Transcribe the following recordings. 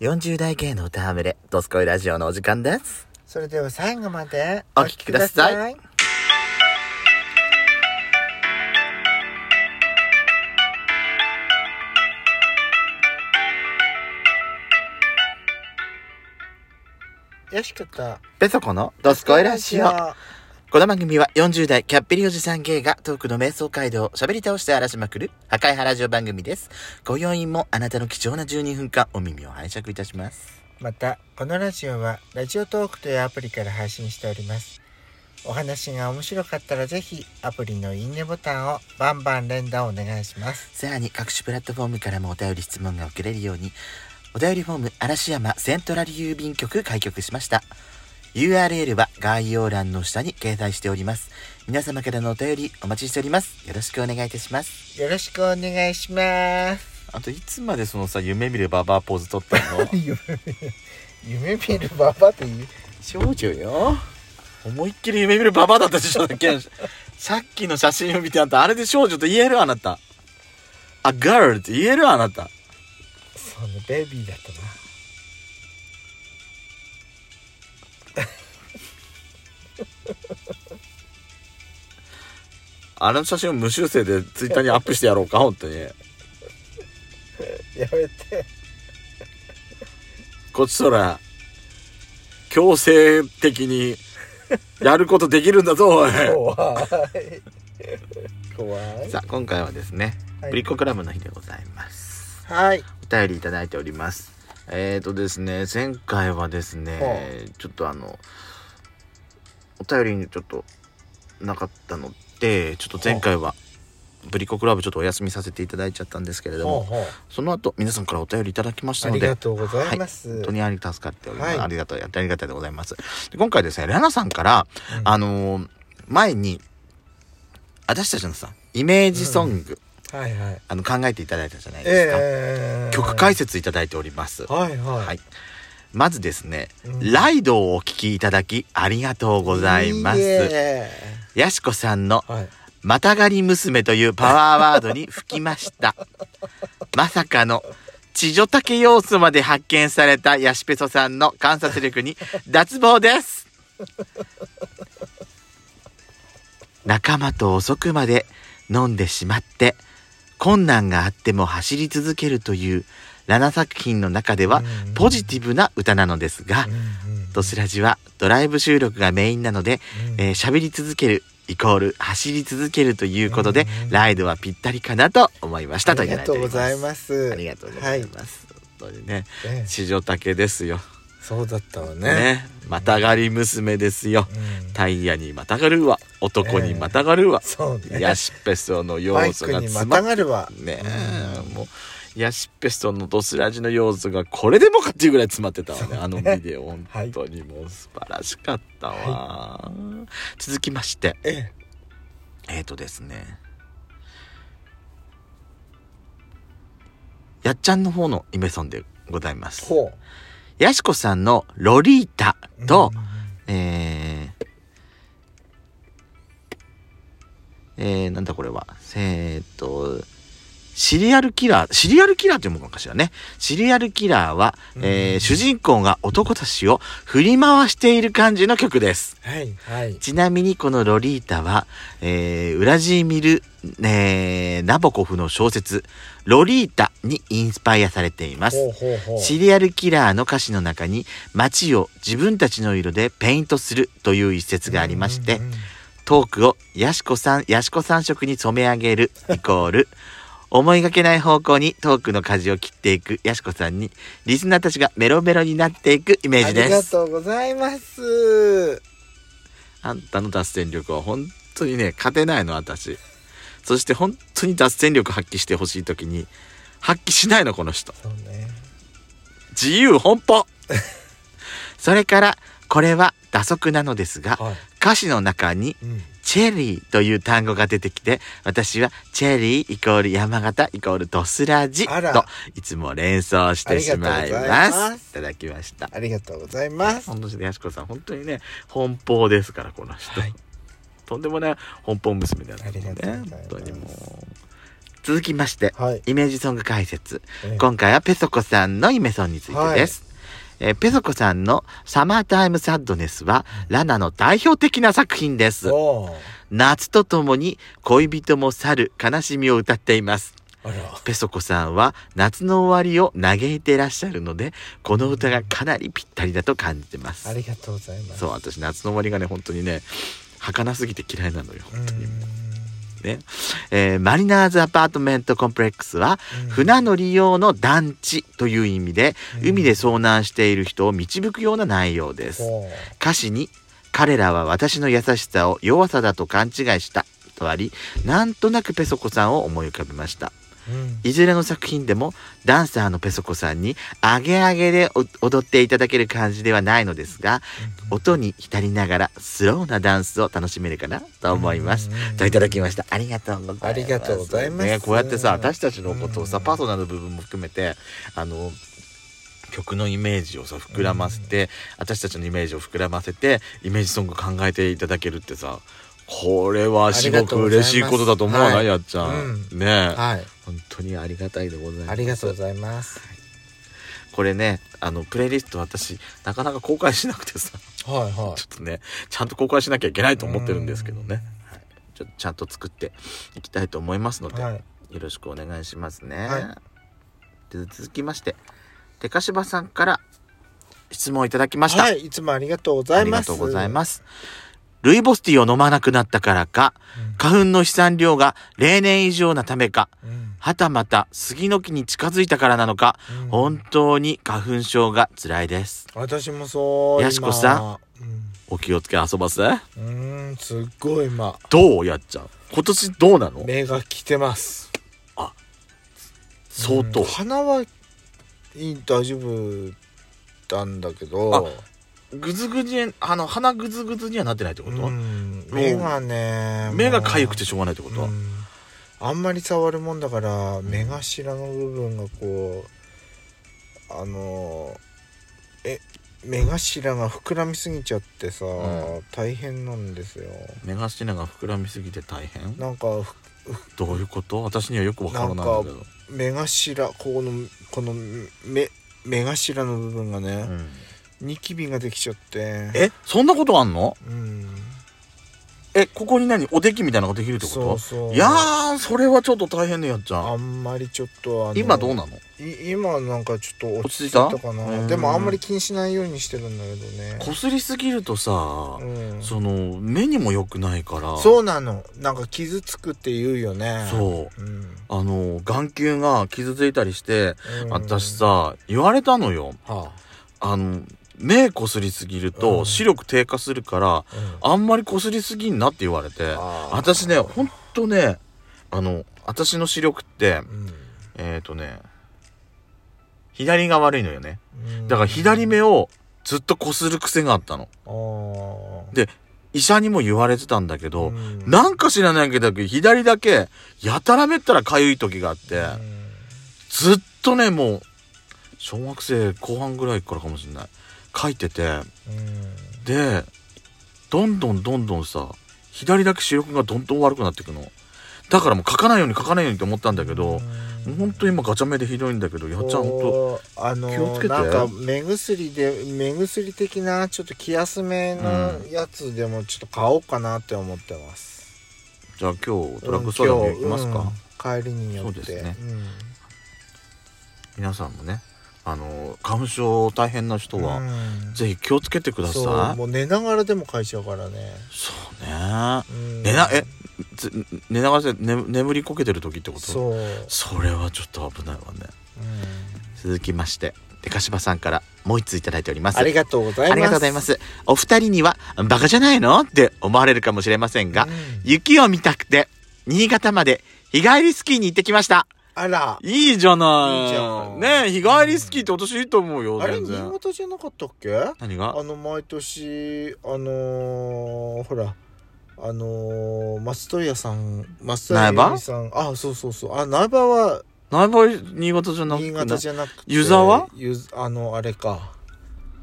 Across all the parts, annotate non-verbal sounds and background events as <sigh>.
40代系の歌はむれ、ドスコイラジオのお時間です。それでは最後までお聞きくださいい。よしこと、ペソコのドスコイラジオ。この番組は40代キャッピリおじさん芸がトークの瞑想街道を喋り倒して荒らしまくる破壊派ラジオ番組です。ご要員もあなたの貴重な12分間お耳を拝借いたします。また、このラジオは、ラジオトークというアプリから配信しております。お話が面白かったらぜひ、アプリのいいねボタンをバンバン連打お願いします。さらに各種プラットフォームからもお便り質問が受けれるように、お便りフォーム嵐山セントラル郵便局開局しました。URL は概要欄の下に掲載しております。皆様からのお便りお待ちしております。よろしくお願いいたします。よろしくお願いします。あと、いつまでそのさ、夢見るババアポーズ撮ってんの夢 <laughs> 夢見るババという。 <laughs> 少女よ思いっきり夢見るババアだったでしょさっきのさっきの写真を見てあんたあれで少女と言えるあなたあガールって言えるあなたそのベビーだったな。あれの写真を無修正でツイッターにアップしてやろうか本当にやめて。こっちそら強制的にやることできるんだぞ <laughs> おい怖い。怖い。さあ今回はですね、はいブリッコクラブの日でございますはい。お便りいただいております。えーとですね、前回はですね、ちょっとあの、お便りにちょっとなかったので、ちょっと前回は、ブリコクラブちょっとお休みさせていただいちゃったんですけれどほうも、ほう。その後皆さんからお便りいただきましたあのりで、がとうございます。本当にあり助かっております。はいありがとう、やってありがたいでございます。で今回ですね、ラナさんから、うんあのー前に、私たちのさ、イメージソング、はいはい。あの考えていただいたじゃないですか。ええ曲解説いただいております。はいはい。はい。まずですね、うんライドをお聞きいただきありがとうございまいいす。ねやしこさんのはい。またがり娘というパワーワードに吹きました。まさかの地上竹要素まで発見されたヤシペソさんの観察力に脱帽です。仲間と遅くまで飲んでしまって困難があっても走り続けるというラナ作品の中ではうんポジティブな歌なのですがう、んうんドスラジはドライブ収録がメインなので、うんえー喋り続けるイコール走り続けるということで、うんライドはぴったりかなと思いましたありがとうございすます。ありがとうございます、本当にねす。ね地上竹ですよそうだったわねね。またがり娘ですようんタイヤにまたがるわ男にまたがるわ、そうね。ヤシペソの要バイ素クがにま詰またっがるわ。ねえ、もうヤシペストのドスラジの要素がこれでもかっていうぐらい詰まってたわね <laughs> あのビデオ本はい当にもう素晴らしかったわ、続きましてええ。えー、とですねやっちゃんの方のイメソンでございますほやしこさんの「ロリータう。と」うんえーえーなんだこれは。えーっと、シリアルキラー、シリアルキラーって読むのかしらね。シリアルキラーは、えーうん主人公が男たちを振り回している感じの曲です。はいはい。ちなみにこのロリータは、えーウラジーミル、えーナボコフの小説、ロリータにインスパイアされています。ほうほうほう。シリアルキラーの歌詞の中に街を自分たちの色でペイントするという一節がありましてうんうんうんトークをヤシコさんヤシコさん色に染め上げるイコール <laughs> 思いがけない方向にトークの舵を切っていくヤシコさんにリスナーたちがメロメロになっていくイメーあジりでがすとうございます。あんたの脱線力は本当にね勝てないの私そして本当に脱線力発揮してほしい時に発揮しないのこの人そうね。自由奔放それからこれは打足なのですがは歌詞の中にい。うん。チェリーという単語が出てきて私はチェリーイコール山形イコールドスラジあらといつも連想してしまいあまりがとうございますすいただきましたありがとうございます。本当にねやしこさん本当にね奔放ですからこの人、はいとんでもない奔放娘であったもんねありがとうござ本当いますにもう続きまして、はい。イメージソング解説。え今回はペソコさんのイメソンについてです。えーペソコさんのサマータイムサッドネスは、ラナの代表的な作品です。おー夏とともに恋人も去る悲しみを歌っています。あら。ペソコさんは夏の終わりを嘆いていらっしゃるので、この歌がかなりぴったりだと感じてますあ。りがとうございます。そう、私夏の終わりがね、本当にね、儚すぎて嫌いなのよ、うー本ん。当に。ね。えーマリナーズアパートメントコンプレックスは、船乗り用の団地という意味で、うん海で遭難している人を導くような内容です。ほう歌詞に、彼らは私の優しさを弱さだと勘違いした。とありなんとなくペソコさんを思い浮かべましたうんいずれの作品でもダンサーのペソコさんにアゲアゲでお踊っていただける感じではないのですが音に浸りながらスローなダンスを楽しめるかなと思います。といただきました。ありがとうございます。ありがとうございますね、こうやってさ、私たちのことをさ、うんパーソナルの部分も含めて、あの、曲のイメージをさ膨らませて、私たちのイメージを膨らませてイメージソング考えていただけるってさこれはすごく嬉しいことだと思うなありやがっちゃん、うねえ、はい。本当にありがたいでございますありがとうございます。これねあのプレイリスト私なかなか公開しなくてさはいはちょっとね、ちゃんと公開しなきゃいけないと思ってるんですけどね。はい、ちょちゃんと作っていきたいと思いますので、はいよろしくお願いしますね。はいで続きまして、てかしばさんから質問をいただきました。はい、いつもありがとうござあいりまがす。とうございます。ルイボスティーを飲まなくなったからか、花粉の飛散量が例年以上なためか、うん。はたまた杉の木に近づいたからなのか、うん本当に花粉症が辛いです。私もそう。やしこさお気をつけ遊ばせ。ん。うん、うーんすっごい今、どうやっちゃん今年どうなの目が来てます。相当、うん鼻はいい大丈夫なんだけど、ぐずぐずにあの鼻ぐずぐずにはなってないってこうと、ん、目がね、目がもう痒くてしょうがないってこと、うんあんまり触るもんだから目頭の部分がこうあのえ目頭が膨らみすぎちゃってさ、う大変なんですよ目頭が膨らみすぎて大変なんかふどういうこと私にはよくわからないんだけど目頭このこの目目頭の部分がうね、んニキビができちゃってえそんなことあんのうんえここに何おできみたいなのができるってこそとうそういやーそれはちょっと大変ねやっちゃあんんまりちょっとあの今どうなのい今なんかちょっと落ち着い落たち着いたうかなんでもあんまり気にしないようにしてるんだけどねこすりすぎるとさ、うん、その目にも良くないからそうなのなんか傷つくって言うよね、そうんあの眼球が傷ついたりして、うん私さ言われたのよはあの目こすりすぎるうとん視力低下するからあ、うんあんまりこすりすぎんなって言われてあー私ねほんとねあの私の視力ってうんえっ、とね左が悪いのよねうんだから左目をずっとこする癖があったのあーで医者にも言われてたんだけど、うんなんか知らないけど左だけやたらめったら痒い時があって、うんずっとねもう小学生後半ぐらいからかもしれない書いててうんでどんどんどんどんさ左だけ視力がどんどん悪くなっていくのだからもう書かないように書かないようにって思ったんだけど、うんほんと今ガチャ目でひどいんだけどやっちゃんとこうあの気をつけてなんか目薬で目薬的なちょっと気休めのうやつでもちょっと買おうかなって思ってます、じゃあ今日うドラッグストアでも行きますか、か、うん帰りによってそうですねん皆さんもねあの花粉症大変な人は、うんぜひ気をつけてくださいそうもう寝ながらでも書いちゃうからね、そうねうん寝なえつ寝ながらでね眠りこけてる時ってことそう、うんそれはちょっと危ないわね続きましてでかしばさんからもう一通いただいておりますありがとうございますありがとうございますお二人にはバカじゃないのって思われるかもしれませんが、うん雪を見たくて新潟まで日帰りスキーに行ってきましたあらいいじゃないいいじゃんねえ日帰りスキーって私いいと思うよあれ全新然潟じゃなかったっけあ何がの毎年あのー、ほらあのー、松任谷さん松任谷由実さんあそうそうそうあ苗場は内場新潟じゃなく新潟なじゃなくて湯沢ゆずあのあれか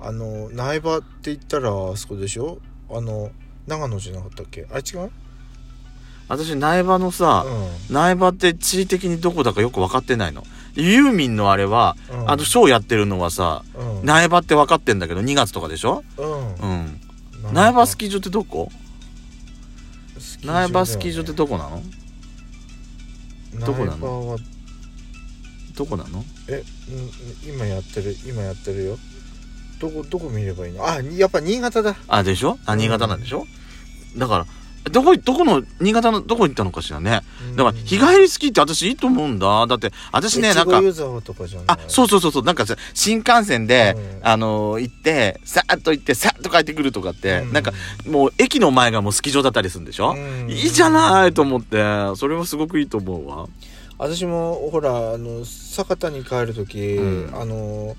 あの苗場って言ったらあそこでしょあの長野じゃなかったっけあ違う私苗場のさ、苗場って地理的にどこだかよく分かってないのユーミンのあれは、うんあのショーやってるのはさうん苗場って分かってんだけど2月とかでしょううんんなんか苗場スキー場ってどこスキー場だ苗よね場スキー場ってどこなのどこなの苗場はどこなのえうん今やってる今やってるよどこどこ見ればいいのあにやっぱ新潟だあでしょあ新潟なんでしょ、だからどこどこの新潟のどこ行ったのかしらねだから日帰りスキーって私いいと思うんだだって私ねなんかユーザーとかじゃなあいそうそうそうそうなんかさ新幹線で、うんあのー行ってさーっと行ってさーっと帰ってくるとかって、うんなんかもう駅の前がもうスキー場だったりするんでしょ、うんいいじゃないと思ってそれはすごくいいと思うわ私もほらあの酒田に帰る時、うんあの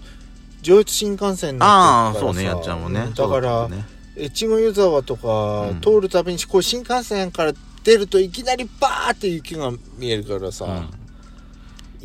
上越新幹線に乗あっあてるかそらさうねやっちゃんもねだからそうだったね越後湯沢とか、うん通るたびにこう新幹線から出るといきなりバーって雪が見えるからさ、う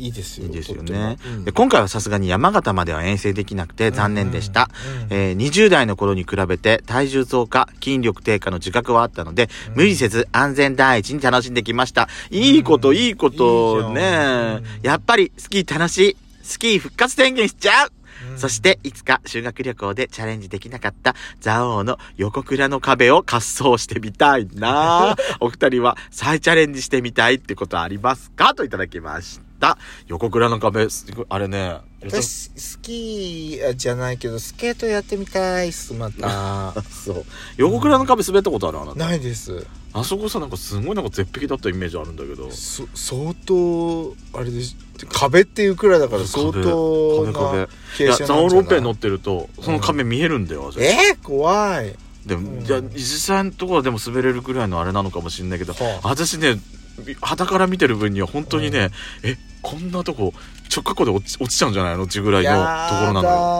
んいいですいよいですよとっねても、うんで今回はさすがに山形までは遠征できなくて残念でした、、うんえー20代の頃に比べて体重増加筋力低下の自覚はあったのでうん無理せず安全第一に楽しんできましたいいことうんいいこといいねじゃんうんやっぱりスキー楽しいスキー復活宣言しちゃううんそしていつか修学旅行でチャレンジできなかった蔵王の横倉の壁を滑走してみたいな <laughs> お二人は再チャレンジしてみたいってことありますかといただきました横倉の壁すごいあれね私スキーじゃないけどスケートやってみたいっすまた <laughs> そう横倉の壁滑ったことあるあなたないですあそこさなんかすごいなんか絶壁だったイメージあるんだけどそ相当あれです壁っていうくらいだから相当壁な壁い傾や斜ザなんオじゃロないペ乗ってるとその壁見えるんだよ、私えー、怖いでも、うんじゃあ実際のところはでも滑れるぐらいのあれなのかもしれないけどはあ私ね肌から見てる分には本当にね、えこんなとこ直角で落ち落ちちゃうんじゃないのっちぐらいのところなのよや